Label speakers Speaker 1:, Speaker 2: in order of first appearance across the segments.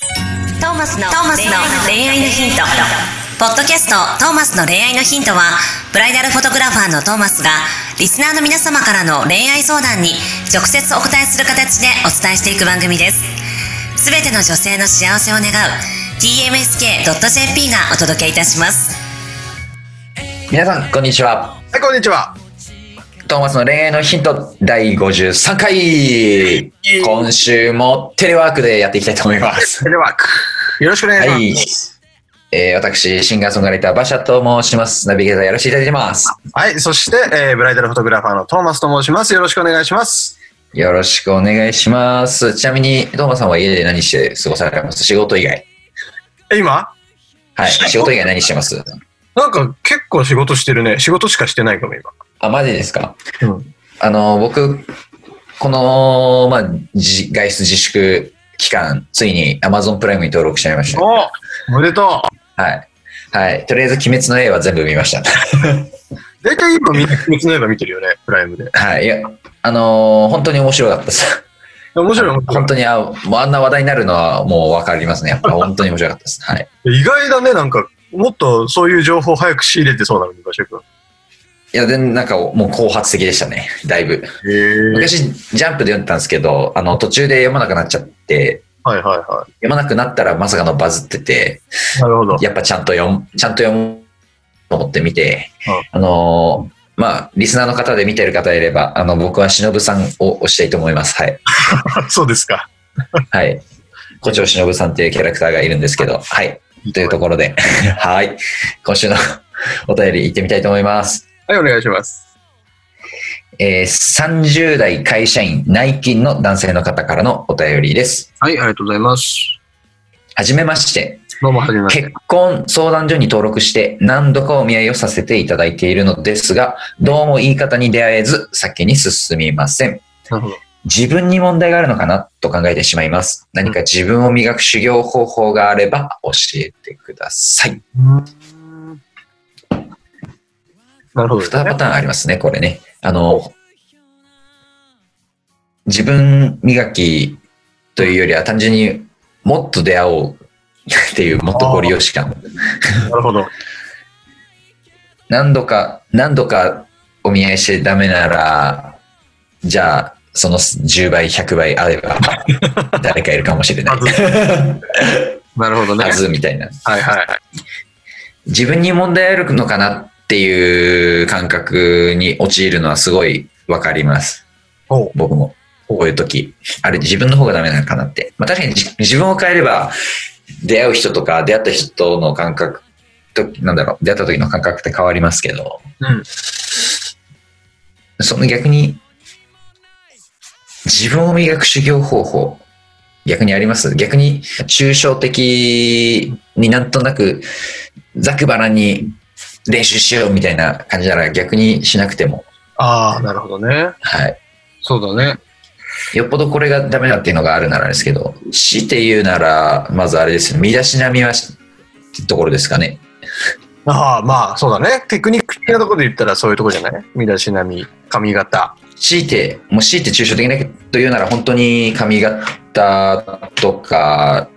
Speaker 1: トーマスのトーマスの恋愛のヒントポッドキャスト「トーマスの恋愛のヒントは」ブライダルフォトグラファーのトーマスがリスナーの皆様からの恋愛相談に直接お答えする形でお伝えしていく番組ですすべての女性の幸せを願う tmsk.jp がお届けいたします
Speaker 2: 皆さんこんにちは
Speaker 3: はい、こんにちは。
Speaker 2: トーマスの恋愛のヒント第53回今週もテレワークでやっていきたいと思います
Speaker 3: テ、レワーク。よろしくお願いします。
Speaker 2: えー私シンガーソングライター馬車と申しますナビゲーターやらせていただきます
Speaker 3: はい、そして、えーブライダルフォトグラファーのトーマスと申します。よろしくお願いします。
Speaker 2: よろしくお願いしますちなみにトーマさんは家で何して過ごされます仕事以外
Speaker 3: え、今
Speaker 2: はい仕事以外何してます
Speaker 3: なんか結構仕事してるね。仕事しかしてないかも、今。
Speaker 2: あマジですか
Speaker 3: うん。
Speaker 2: あの僕この、まあ、じ外出自粛期間ついに Amazon プライムに登録しちゃいました
Speaker 3: おおめでと
Speaker 2: はい。はい。とりあえず、鬼滅の刃は全部見ました。
Speaker 3: う大体今、みんな、鬼滅の刃見てるよね、プライムで。
Speaker 2: はい。いや、あのー本当に面白かったです。
Speaker 3: 面白い、面白
Speaker 2: 本当にあ、もうあんな話題になるのはもうわかりますね。やっぱ本当に面白かったです。はい。
Speaker 3: い。意外だね、なんか、もっとそういう情報早く仕入れてそうなのに、場所君。
Speaker 2: いや、で、なんかもう後発的でしたね。だいぶ。
Speaker 3: へえ。
Speaker 2: 昔、ジャンプで読んでたんですけど、あの、途中で読まなくなっちゃって、
Speaker 3: はいはいは
Speaker 2: 読まなくなったらまさかのバズってて、
Speaker 3: い。なるほど。
Speaker 2: やっぱちゃんと読む、ちゃんと読むと思って見て、あのーまあ、リスナーの方で見てる方いれば、あの、僕は忍さんを推したいと思います。はい。
Speaker 3: そうですか。
Speaker 2: はい。胡蝶忍さんっていうキャラクターがいるんですけど、はい。というところで、 はい。今週の お便り行ってみたいと思います。
Speaker 3: はい、お願いします。
Speaker 2: えー30代会社員内勤の男性の方からのお便りです。
Speaker 3: はい、ありがとうございます。
Speaker 2: はじめまして。
Speaker 3: どうも、はじめまして
Speaker 2: 結。婚相談所に登録して何度かお見合いをさせていただいているのですが、どうも言い方に出会えず先に進みません。
Speaker 3: なるほど。
Speaker 2: 自分に問題があるのかなと考えてしまいます。何か自分を磨く修行方法があれば教えてください。
Speaker 3: なるほど、
Speaker 2: 2パターンありますね、これね。あの、自分磨きというよりは単純にもっと出会おうっていう、もっとご利用し感。
Speaker 3: なるほど。
Speaker 2: 何度か、何度かお見合いしてダメなら、じゃあ、その10倍、100倍あれば、 誰かいるかもしれない。
Speaker 3: なるほどね。
Speaker 2: はずみたいな。
Speaker 3: はいはい。
Speaker 2: 自分に問題あるのかなっていう感覚に陥るのはすごいわかります。
Speaker 3: おう
Speaker 2: 僕も。こういう時。あれ自分の方がダメなのかなって。まあ確かにじ自分を変えれば、出会う人とか出会った人との感覚と、なんだろう、出会った時の感覚って変わりますけど、
Speaker 3: うん
Speaker 2: その逆に、自分を磨く修行方法、逆にあります逆に、抽象的になんとなく、ざくばらんに練習しようみたいな感じなら逆にしなくても、
Speaker 3: ああ、なるほどね。
Speaker 2: はい。
Speaker 3: そうだね。
Speaker 2: よっぽどこれがダメだっていうのがあるならですけど、死って言うなら、まずあれですね、身だしなみはしってところですかね。
Speaker 3: ああ、まあ、そうだね。テクニック的なところで言ったらそういうところじゃない身だしなみ、髪型。
Speaker 2: 強いて、もう強いて抽象的なというなら、本当に髪型とか、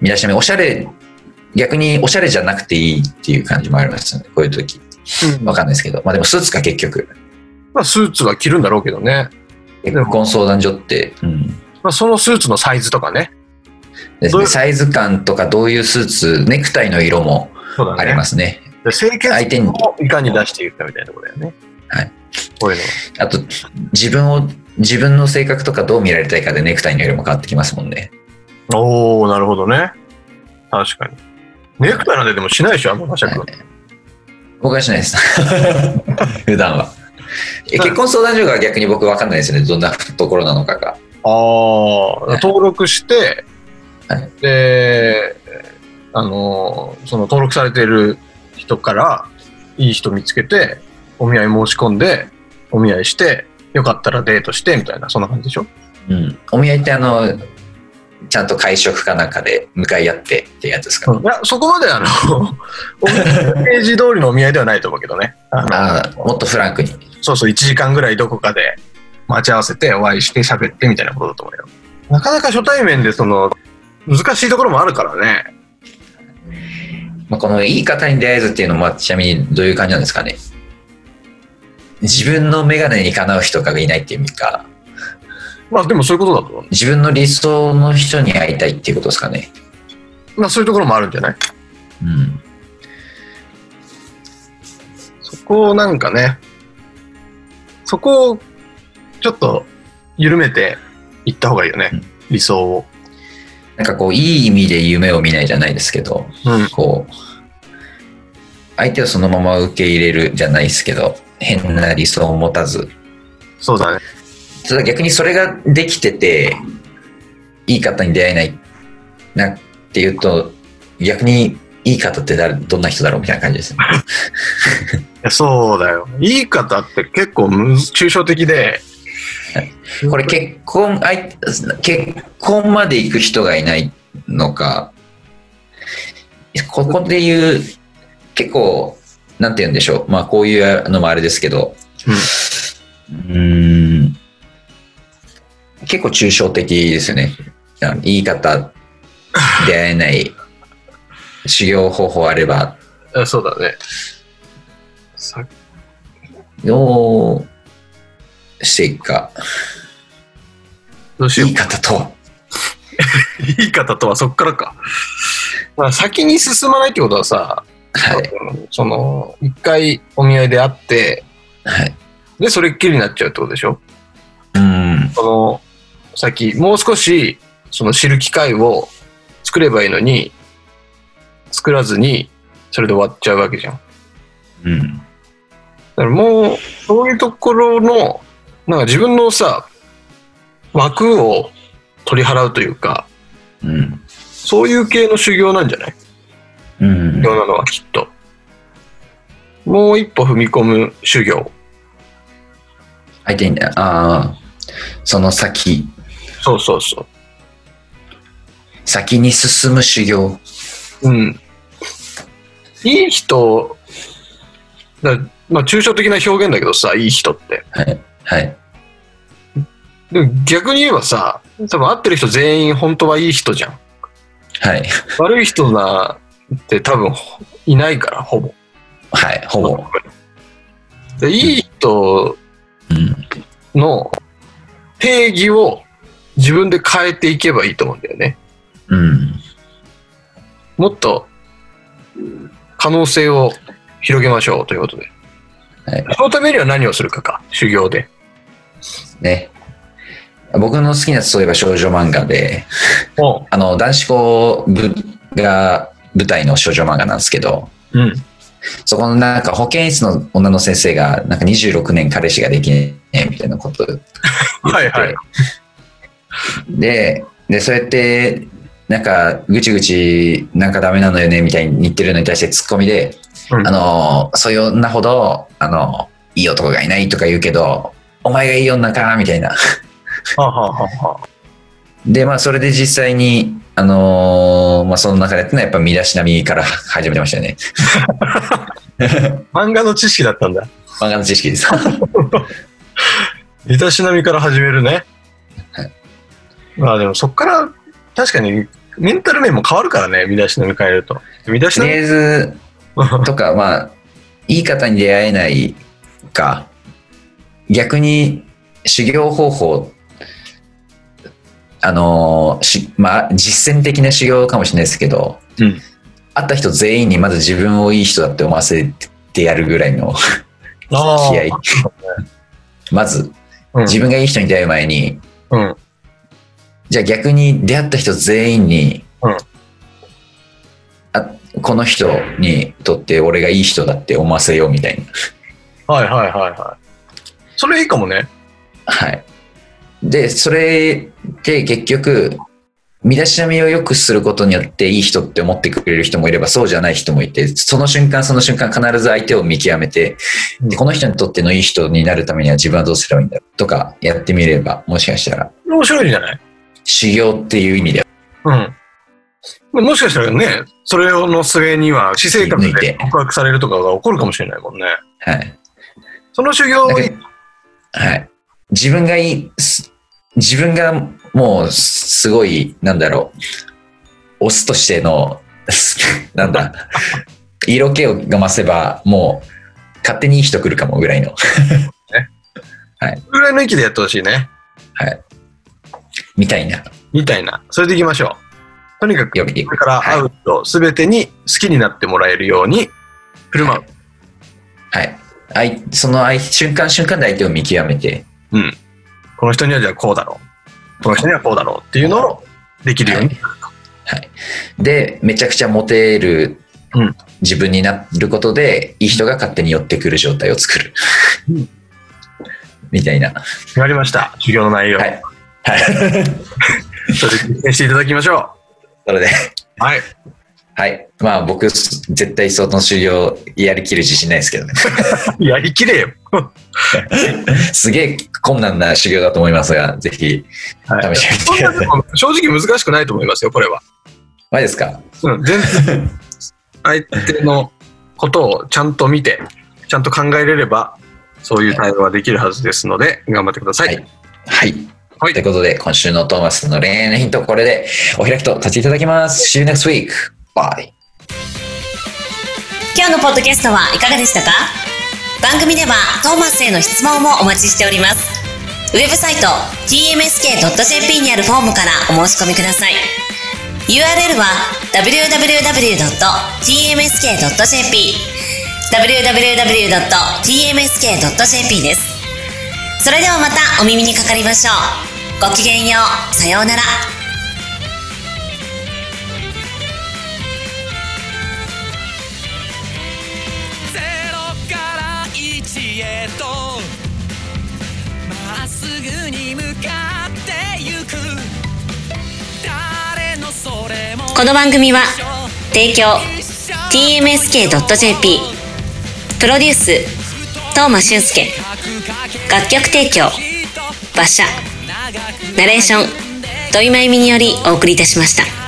Speaker 2: 身だしなみ、おしゃれ、逆におしゃれじゃなくていいっていう感じもありますよね、こういう時。わかんないですけど、まあでもスーツか結局。
Speaker 3: まあ、スーツは着るんだろうけどね。でも
Speaker 2: 結婚相談所って、うん。
Speaker 3: まあ、そのスーツのサイズとかね。
Speaker 2: です
Speaker 3: どうい
Speaker 2: ね、
Speaker 3: う
Speaker 2: サイズ感とかどういうスーツ、ネクタイの色も
Speaker 3: そうだ
Speaker 2: ありますね。
Speaker 3: で清潔
Speaker 2: 相手に
Speaker 3: 感をいかに出していくかみたいなところだよね。
Speaker 2: はい。
Speaker 3: こういうの
Speaker 2: あと自分を自分の性格とかどう見られたいかでネクタイの色も変わってきますもんね。
Speaker 3: が。おおなるほどね。確かに。ネクタイなんてでもしないでしょ、あの馬車君。
Speaker 2: 僕はしないです。 普段は。え結婚相談所が逆に僕分かんないですよね。どんなところなのかが。
Speaker 3: ああ、
Speaker 2: はい
Speaker 3: 登録して、
Speaker 2: はい
Speaker 3: で、あのー、その登録されている人から、いい人見つけて、お見合い申し込んで、お見合いして、よかったらデートして、みたいな、そんな感じでしょ
Speaker 2: うん。お見合いってあの、ちゃんと会食かなんかで向かい合ってってやつですか、
Speaker 3: いや、そこ まであの、おページ通りのお見合いではないと思うけどね。あの
Speaker 2: ああ、もっとフランクに。
Speaker 3: そうそう、1時間ぐらいどこかで待ち合わせて、お会いして、喋ってみたいなことだと思うよ。なかなか初対面で、その、難しいところもあるからね。
Speaker 2: まあ、このいい方に出会えずっていうのも、ちなみにどういう感じなんですかね。自分の眼鏡にかなう人がいないっていうか、
Speaker 3: まあでもそういうことだと思
Speaker 2: 自分の理想の人に会いたいっていうことですかね。
Speaker 3: う。まあそういうところもあるんじゃない
Speaker 2: うん。
Speaker 3: そこをなんかね、そこをちょっと緩めていった方がいいよね
Speaker 2: うん。
Speaker 3: 理想を。
Speaker 2: なんかこう、いい意味で夢を見ないじゃないですけど、
Speaker 3: うん。
Speaker 2: こう、相手をそのまま受け入れるじゃないですけど、変な理想を持たず、
Speaker 3: そうだね。
Speaker 2: ただ逆にそれができてて、いい方に出会えないなっていうと、逆にいい方って誰どんな人だろうみたいな感じですね。
Speaker 3: いやそうだよ。言い方って結構むず抽象的で。
Speaker 2: これ結婚、あい結婚まで行く人がいないのか、ここで言う、結構、なんて言うんでしょう。まあこういうのもあれですけど、うーん結構抽象的ですよね。あの言い方、出会えない、修行方法あれば、
Speaker 3: うん。そうだね。さ
Speaker 2: どうしていくか。
Speaker 3: どうしよう
Speaker 2: 言い。方とは。
Speaker 3: 言い方とはそっからか。まあ先に進まないってことはさ、
Speaker 2: はい。
Speaker 3: その、一回お見合いで会って、
Speaker 2: はい。
Speaker 3: で、それっきりになっちゃうってことでしょ
Speaker 2: うん。
Speaker 3: その、先、もう少し、その知る機会を作ればいいのに、作らずに、それで終わっちゃうわけじゃん。だ
Speaker 2: うん。
Speaker 3: からもう、そういうところの、なんか自分のさ、枠を取り払うというか、
Speaker 2: うん。
Speaker 3: そういう系の修行なんじゃない
Speaker 2: うん。
Speaker 3: ようなのはきっと。もう一歩踏み込む修行。
Speaker 2: 相手に、ああー、その先、
Speaker 3: そうそうそ
Speaker 2: 先に進む修行。
Speaker 3: う。うん。いい人、だまあ抽象的な表現だけどさ、いい人って。
Speaker 2: はい。はい。
Speaker 3: でも逆に言えばさ、多分会ってる人全員本当はいい人じゃん。
Speaker 2: はい。
Speaker 3: 悪い人なんて多分ほいないから、ほぼ。
Speaker 2: はい。ほぼ。
Speaker 3: でいい人
Speaker 2: うん。
Speaker 3: の定義を自分で変えていけばいいと思うんだよね。
Speaker 2: うん。
Speaker 3: もっと可能性を広げましょうということで。
Speaker 2: はい。
Speaker 3: そのためには何をするかか、修行で。
Speaker 2: ね。僕の好きな、そういえば少女漫画で、
Speaker 3: お
Speaker 2: あの、男子校部が舞台の少女漫画なんですけど、
Speaker 3: うん。
Speaker 2: そこのなんか保健室の女の先生が、なんか26年彼氏ができねえみたいなこと言ってて
Speaker 3: はいはい
Speaker 2: で、で、そうやって、なんかぐちぐちなんかダメなのよねみたいに言ってるのに対してツッコミで、
Speaker 3: うん
Speaker 2: あの、そういう女ほど、あの、いい男がいないとか言うけど、お前がいい女かみたいな。
Speaker 3: はあ、はあはあは
Speaker 2: で、まあ、それで実際に、あのーまあ、その中でやってのはやっぱ身だしなみから始めてましたよね。
Speaker 3: あ、漫画の知識だったんだ。
Speaker 2: 漫画の知識です。
Speaker 3: 身だしなみから始めるね。まあでもそっから、確かにメンタル面も変わるからね、身だしなみ変えると。身だし
Speaker 2: と
Speaker 3: な
Speaker 2: り
Speaker 3: み、
Speaker 2: あえず、とか、まあ、いい方に出会えないか、逆に修行方法、あのーし、まあ、実践的な修行かもしれないですけど、
Speaker 3: うん
Speaker 2: 会った人全員にまず自分をいい人だって思わせてやるぐらいの
Speaker 3: ああ
Speaker 2: 気合い。まず、
Speaker 3: うん
Speaker 2: 自分がいい人に出会う前に、
Speaker 3: うん。
Speaker 2: じゃあ逆に出会った人全員に、
Speaker 3: うん
Speaker 2: あこの人にとって俺がいい人だって思わせようみたいな。
Speaker 3: はいはいはいはい。それいいかもね。
Speaker 2: はい。で、それで結局、身だしなみを良くすることによっていい人って思ってくれる人もいればそうじゃない人もいて、その瞬間その瞬間必ず相手を見極めて、
Speaker 3: うん
Speaker 2: でこの人にとってのいい人になるためには自分はどうすればいいんだろうとかやってみれば、もしかしたら
Speaker 3: 面白いじゃない
Speaker 2: 修行っていう意味では
Speaker 3: うん。もしかしたらね、それの末には、私生活
Speaker 2: 抜い
Speaker 3: で
Speaker 2: て
Speaker 3: 告白されるとかが起こるかもしれないもんね。
Speaker 2: はい。
Speaker 3: その修行
Speaker 2: だ
Speaker 3: に
Speaker 2: けどはい。自分がいい、す自分がもうすごい、なんだろう、オスとしての、 なんだ、色気をが増せば、もう、勝手にいい人来るかもぐらいの。
Speaker 3: ぐらいの域でやってほしいね。
Speaker 2: はい。みたいな。
Speaker 3: みたいな。それでいきましょう。とにかく、
Speaker 2: よくでき
Speaker 3: これから会う人すべてに好きになってもらえるように、振る舞う。
Speaker 2: はい。相その相瞬間瞬間で相手を見極めて、
Speaker 3: うん。この人にはじゃあこうだろう。この人にはこうだろうっていうのをできるように。
Speaker 2: で、めちゃくちゃモテる
Speaker 3: うん
Speaker 2: 自分になることで、いい人が勝手に寄ってくる状態を作る
Speaker 3: うん。
Speaker 2: みたいな。
Speaker 3: 決まりました。授業の内容。
Speaker 2: はい。はい。
Speaker 3: それで実践していただきましょ
Speaker 2: それで、
Speaker 3: う。はい。
Speaker 2: はい。まあ僕、絶対その修行やりきる自信ないですけどね。
Speaker 3: やりきれよ。
Speaker 2: すげえ困難な修行だと思いますが、ぜひ
Speaker 3: はい
Speaker 2: 試してみてください。
Speaker 3: 正直難しくないと思いますよ、これは。
Speaker 2: マジですか
Speaker 3: うん、全然 相手のことをちゃんと見て、ちゃんと考えれれば、そういう対応はできるはずですので、頑張ってください。
Speaker 2: はいはい。
Speaker 3: はい
Speaker 2: ということで、今週のトーマスの恋愛のヒント、これでお開きとさせていただきます。See you next week. Bye.
Speaker 1: 今日のポッドキャストはいかがでしたか番組ではトーマスへの質問もお待ちしておりますウェブサイト tmsk.jp にあるフォームからお申し込みください URL は www.tmsk.jp www.tmsk.jp ですそれではまたお耳にかかりましょうごきげんようさようなら
Speaker 4: ゼロから一へとまっすぐに向かってゆく誰のそれも
Speaker 1: この番組は提供 TMSK.jp プロデュース東間俊介楽曲提供馬車ナレーション土井真由美によりお送りいたしました。